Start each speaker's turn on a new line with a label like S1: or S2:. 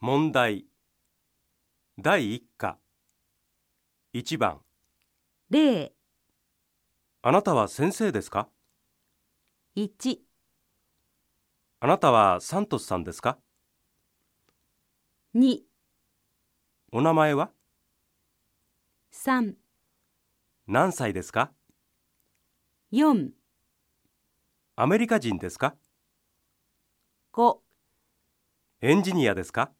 S1: 問題第1課1番
S2: 0、
S1: あなたは先生ですか
S2: 1、
S1: あなたはサントスさんですか
S2: 2、
S1: お名前は
S2: 3、
S1: 何歳ですか
S2: 4、
S1: アメリカ人ですか
S2: 5
S1: エンジニアですか